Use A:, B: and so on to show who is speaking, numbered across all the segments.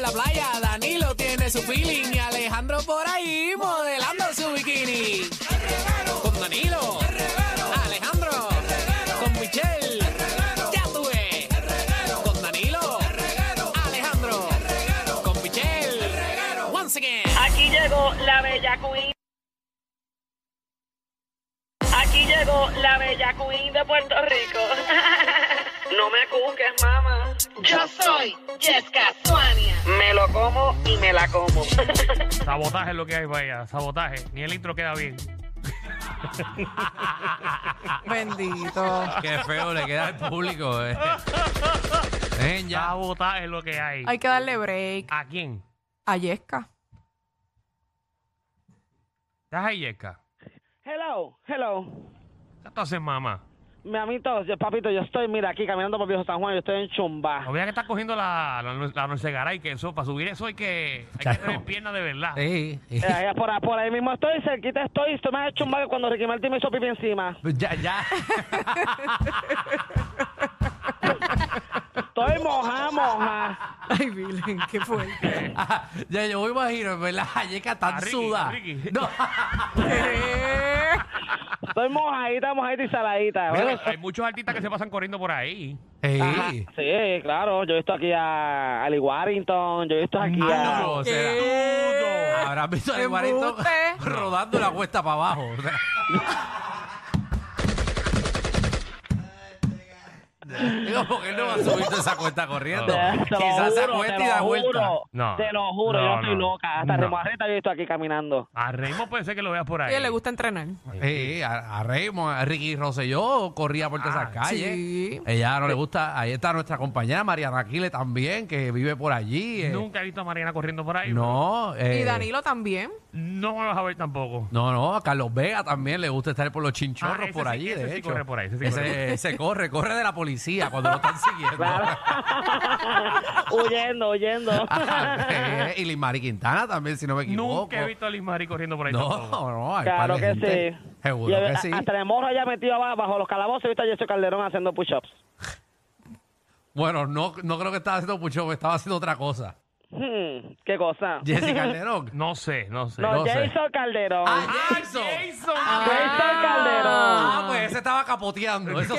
A: la playa, Danilo tiene su feeling y Alejandro por ahí modelando su bikini. Con Danilo, Alejandro, con Michelle, ya tuve. Con Danilo, Alejandro, con Michelle, once again.
B: Aquí llegó la bella queen. Aquí llegó la bella queen de Puerto Rico. No me cuques, mamá. Yo soy Jessica Suania. Me lo como y me la como.
C: Sabotaje es lo que hay, vaya. Sabotaje. Ni el intro queda bien.
D: Bendito.
E: Qué feo le queda al público. eh. Dejen ya.
C: Sabotaje es lo que hay.
D: Hay que darle break.
C: ¿A quién?
D: A Yesca.
C: ¿Estás ahí, Yesca?
B: Hello, hello.
C: ¿Qué tú haces, mamá?
B: Mi amito, yo- papito, yo estoy, mira, aquí caminando por Viejo San Juan, yo estoy en Chumba.
C: No veas que estás cogiendo la, la, la Norsegaray, que eso, para subir eso hay que, hay que
E: Claro.
C: tener pierna de verdad.
E: Sí.
B: Eh, ahí por, ahí- por ahí mismo estoy, cerquita estoy, estoy más en Chumba que cuando Ricky Martin me hizo pipi encima.
E: Pues Ya, ya.
B: Estoy moja, moja.
D: Ay, Vilen, qué fuerte.
E: ya, yo me imagino, en ¿verdad? Llega
C: A
E: tan
C: Ricky,
E: suda.
C: a Ricky.
E: No.
D: Eh,
B: Estoy mojadita, mojadita y saladita.
C: Mira,
B: Bueno,
C: hay muchos artistas que se pasan corriendo por ahí.
B: Ajá,
E: Ey.
B: Sí, claro. Yo he visto aquí a Ali Warrington, yo he visto aquí
E: Ah, no,
B: a...
E: o sea,
D: ¿Qué?
E: no, Habrás visto al guarito
D: Embuste.
E: rodando la cuesta para abajo. o sea. Digo, porque él no va a subir toda esa cuesta corriendo.
B: Te lo
E: Quizás se
B: juro,
E: acuesta
B: te
E: y da
B: lo
E: vuelta.
B: juro,
C: No.
B: Te lo juro,
C: No,
B: yo estoy
C: no.
B: loca. Hasta
C: No.
B: Remojarreta yo he visto aquí caminando.
C: A Raymond puede ser que lo veas por
D: A
C: ahí.
D: ella le gusta entrenar.
E: Sí, a, a Raymond, a Ricky Rosselló corría por todas
C: Ah,
E: esas calles.
D: sí.
E: Ella no le gusta. Ahí está nuestra compañera Mariana Aquile también, que vive por allí. eh.
C: Nunca he visto a Mariana corriendo por ahí.
E: No. eh,
D: Y Danilo también.
C: No me vas a ver tampoco.
E: No, no, a Carlos Vega también le gusta estar por los
C: Ah,
E: chinchorros
C: ese
E: por
C: sí,
E: allí,
C: ese
E: de
C: sí
E: hecho.
C: corre por ahí, ese sí corre.
E: ese corre, corre de la policía cuando lo están siguiendo.
B: huyendo, huyendo.
E: Ah, y Liz Mari Quintana también, si no me equivoco.
C: Nunca he visto a Liz Marie corriendo por ahí
E: No,
C: tampoco.
E: no, hay
B: claro
E: par
B: que
E: de gente.
B: sí.
E: Seguro
B: Y
E: que
B: a-
E: sí.
B: Hasta el morro ya metido abajo, bajo los calabozos, he visto a Jesse Calderón haciendo push-ups.
E: Bueno, no, no creo que estaba haciendo mucho, estaba haciendo otra cosa.
B: Hmm, qué cosa.
E: Jessica Calderón.
C: No sé, no sé.
B: no,
E: no sé.
B: Jason Calderón.
E: Ah,
C: ¡Ah,
E: Jason.
C: Jason!
D: Ah.
B: Jason Calderón.
E: Ah, pues ese estaba capoteando, eso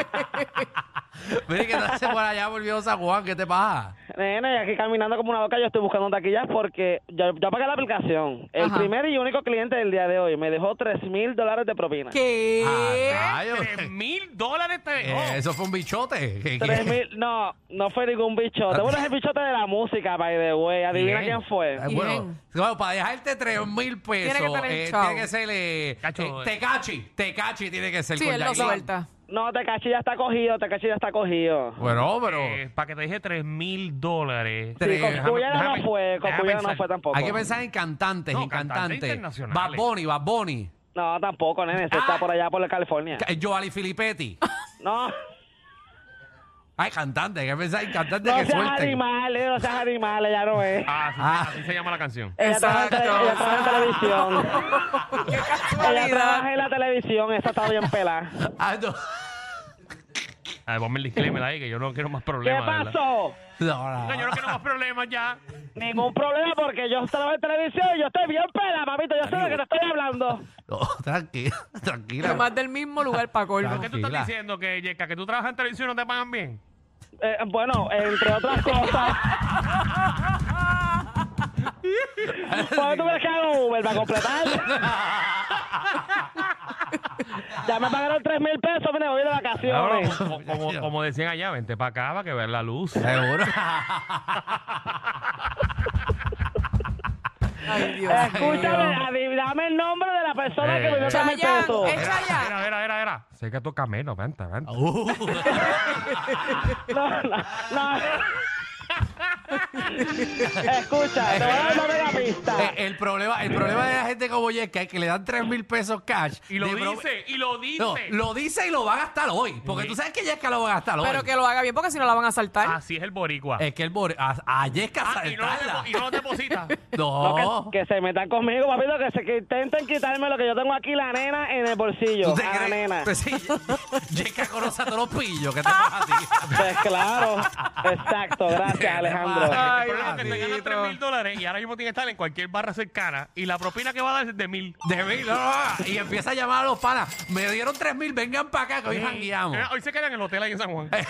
E: sí. Mire que nace por allá volvió San Juan, ¿qué te pasa?
B: Nena, y aquí caminando como una loca, yo estoy buscando taquillas porque yo, yo apagué la aplicación. El
D: Ajá.
B: primer y único cliente del día de hoy me dejó tres mil dólares de propina.
D: ¿Qué?
E: Ah, rayos.
C: ¡Tres mil dólares te dejó!
E: Eh, eso fue un bichote. ¿Qué-
B: Tres
E: qué?
B: mil, no, no fue ningún bichote. Bueno, es el bichote de la música, by the way. Adivina
E: Ah. Bien.
B: quién fue.
E: Eh, Bueno,
D: Bien.
E: bueno, para dejarte 3 mil pesos,
D: Tiene que tener
E: eh,
D: chavo.
E: tiene que ser eh,
C: Cacho,
E: eh, Tecachi. Tecachi tiene que ser
D: Sí,
E: con
D: él lo
E: Yailin.
D: suelta.
B: No, Tecachi ya está cogido, Tecachi ya está cogido.
E: Bueno, pero
C: Oh, eh, para que te dije tres mil dólares. Eh,
E: Tres.
B: Sí, con
E: déjame-
B: Cuyera
C: déjame-
B: no fue, con
C: déjame
B: Cuyera no
C: pensar.
B: fue tampoco.
E: hay que pensar en cantantes,
C: No,
E: en
C: cantantes
E: cantantes. Bad
C: internacionales.
E: Bunny, Bad Bunny.
B: No, tampoco, nene, se
E: Ah.
B: está por allá, por la California.
E: Ca- Joali Filippetti.
B: No,
E: Hay cantantes, hay que pensar en cantantes
B: no
E: que
B: seas
E: suelten.
B: animal, eh, no seas animal, ya no es.
C: Ah, sí,
E: Ah.
C: así se llama la canción.
B: Ella trabaja en tele- ella trabaja en televisión.
D: Qué
B: Ella
D: casualidad.
B: trabaja en la televisión, esa está bien pelada.
E: Ah, no.
C: A ver, Ah, ponme el disclaimer ahí, que yo no quiero más
B: ¿Qué
C: problemas. ¿verdad?
B: pasó?
E: No, no.
C: No, yo no quiero más problemas ya.
B: Ningún problema porque yo trabajo en televisión y yo estoy bien pelada, mamito, yo sé de lo que te estoy hablando.
E: No, tranquila, tranquila.
D: Pero más del mismo lugar para
C: ¿Por
D: colmo.
C: qué tú estás
E: Tranquila.
C: diciendo que, Yeka, que tú trabajas en televisión y no te pagan bien?
B: Eh, bueno, entre otras cosas. ¿Cuándo tú crees que hago Uber para completar? ya me pagaron tres mil pesos, mira, voy de
C: Cabrón,
B: vacaciones.
C: como, como- como decían allá, vente para acá para que veas la luz.
E: Seguro.
D: Ay, Dios.
B: Escúchame, adiviname el nombre de la persona que me dio
C: Eh,
B: tres mil pesos.
D: Chayanne, es Chayanne.
C: Era, era, era, era. Sé que toca menos, vente, vente.
E: Uh,
B: No, no, no. Escucha, te voy a dar una mega pista.
D: Ah.
E: Eh, el, problema, el problema de la gente como Yesca es que le dan 3 mil pesos cash.
C: Y lo
E: de pro-
C: dice, y lo dice.
E: No, lo dice y lo va a gastar hoy. Porque tú sabes que Yesca lo va a gastar hoy.
D: Pero que lo haga bien porque si no la van a saltar.
C: Así Ah, es el boricua.
E: Es que el bor- a, a Yesca
C: Ah, y no lo
E: saltarla.
C: depo- y no lo deposita.
E: No.
B: No, que, que se metan conmigo, papito, que se que intenten quitarme lo que yo tengo aquí, la nena, en el bolsillo.
E: ¿Tú te
B: Ah,
E: crees?
B: nena.
E: Pues sí, Yesca conoce a todos los pillos. ¿Qué te pasa a ti?
B: Pues claro. Exacto, gracias, Alejandro.
C: El
D: Ay,
C: problema es que te ganas
D: bendito.
C: 3 mil dólares y ahora mismo tiene que estar en cualquier barra cercana y la propina que va a dar es de mil.
E: De mí, no, no, Y empieza a llamar a los panas. Me dieron 3 mil, vengan para acá que hoy jangueamos.
C: Eh, Hoy se quedan en el hotel ahí en San Juan.
E: Eh,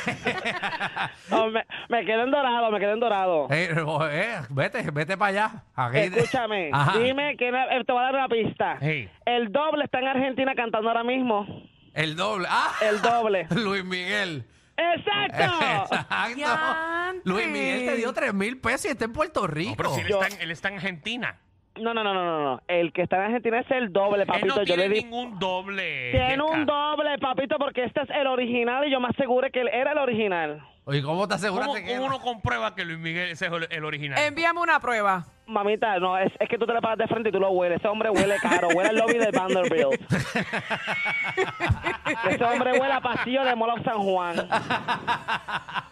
B: Oh, me, me quedé en dorado, me quedé en dorado.
E: Eh, oh, eh, vete, vete para allá. Aquí-
B: Escúchame,
E: Ajá.
B: dime que eh, te voy a dar una pista.
C: Hey.
B: El doble está en Argentina cantando ahora mismo.
E: El doble. Ah,
B: El doble.
E: Luis Miguel.
B: ¡Exacto!
E: Exacto.
D: Diantre.
E: Luis Miguel te dio 3 mil pesos y está en Puerto Rico.
C: No, pero si él
B: Yo-
C: está, en, él está en Argentina.
B: No, no, no, no, no, no. El que está en Argentina es el doble,
C: Él
B: papito.
C: no
B: yo
C: tiene
B: le di.
C: ningún doble.
B: Tiene
C: Yesca.
B: un doble, papito, porque este es el original y yo me aseguré que él era el original.
E: ¿Y cómo
C: ¿Cómo,
E: te aseguraste que
C: cómo uno comprueba que Luis Miguel ese es el, el original?
B: Em-
D: Envíame una prueba.
B: Mamita, no, es, es que tú te le paras de frente y tú lo hueles. Ese hombre huele caro, huele el lobby de Vanderbilt. Ese hombre huele a pasillo de Molo San Juan.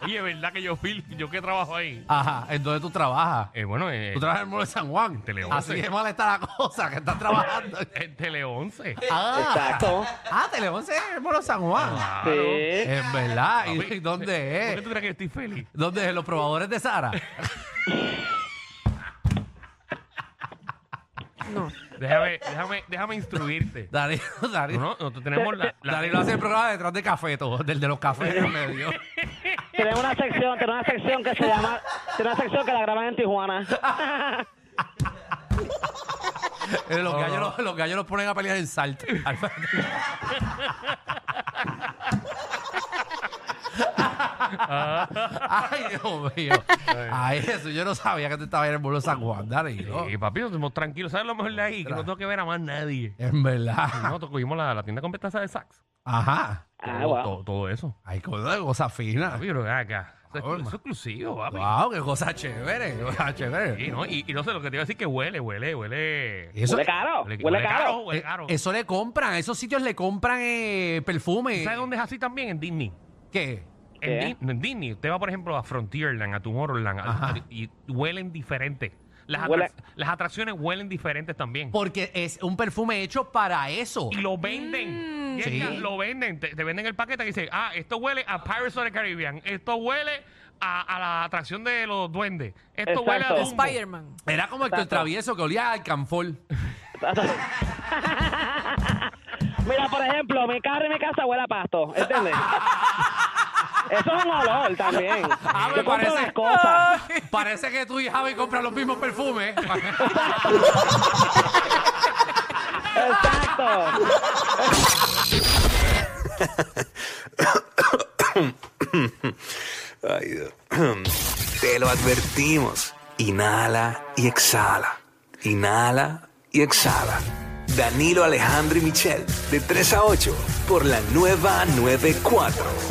C: Oye, ¿verdad que yo fil- yo que trabajo ahí?
E: Ajá, entonces tú trabajas.
C: Eh, bueno, eh,
E: Tú trabajas en el Molo de San Juan.
C: Tele once.
E: Así de mal está la cosa que estás trabajando.
C: en Tele
B: Eh.
C: 11.
E: Ah,
B: Exacto.
E: Ah, Tele 11 es el Molo de San Juan.
B: Sí.
E: Es verdad. ¿Y,
C: Ah. Papi,
E: y dónde
C: ¿Por qué
E: es?
C: tú crees que yo estoy feliz?
E: ¿Dónde es? ¿Los probadores de Sara?
D: No.
C: Déjame, déjame, déjame instruirte.
E: Darío, Darío.
C: No, no, nosotros tenemos la, la-
E: Darío hace el programa detrás de cafeto, del de los cafés en medio.
B: Tenemos una sección, tenemos una sección que se llama, tiene una sección que la graban en Tijuana.
E: Eh, los, gallos, los, los gallos los ponen a pelear en salto.
C: Ah.
E: Ay, Dios mío. Ay, eso yo no sabía que tú estabas en el pueblo de San Juan, Danilo.
C: Eh, papi, nos estamos tranquilos. ¿Sabes lo mejor de ahí? Que no tengo que ver a más nadie.
E: En verdad.
C: Nosotros cogimos la, la tienda completa esa de Saks.
E: Ajá.
B: Ah,
C: todo,
B: wow.
C: todo, todo eso.
E: Ay, cosa, cosa fina.
C: Papi, pero ven acá. Eso es,
E: Norma.
C: eso es exclusivo, papi.
E: Wow, qué cosa chévere. qué cosa chévere.
C: Sí, ¿no? Y, y no sé, lo que te iba a decir que huele, huele, huele.
E: Eso,
B: Huele caro,
C: Huele,
B: huele caro.
C: huele caro.
E: eh, eso le compran, a esos sitios le compran eh, perfume.
C: ¿Sabes dónde es así también? En Disney.
E: ¿Qué?
C: En,
B: ¿Qué?
C: Di- no, en Disney, usted va, por ejemplo, a Frontierland, a Tomorrowland, a-
E: Ajá.
C: y huelen diferente. Las,
B: Huele-
C: atrac- las atracciones huelen diferentes también.
E: Porque es un perfume hecho para eso.
C: Y lo venden. Y es
E: Sí.
C: que Lo venden. Te, te venden el paquete y dice, ah, esto huele a Pirates of the Caribbean. Esto huele a, a la atracción de los duendes. Esto
B: Exacto.
C: huele a Dumbo.
D: Spider-Man.
E: Era como el
B: Exacto.
E: travieso que olía al canfor.
B: Mira, por ejemplo, mi carro y mi casa huele a pasto, ¿entiendes? Eso es un olor también.
E: Ah, me
B: Yo compro
E: parece.
B: las cosas.
E: Parece que tú y Javi compran los mismos perfumes.
B: Exacto.
F: Ay, Dios. Te lo advertimos. Inhala y exhala. Inhala y exhala. Danilo Alejandro y Michel, de 3 a 8, por la nueva 94.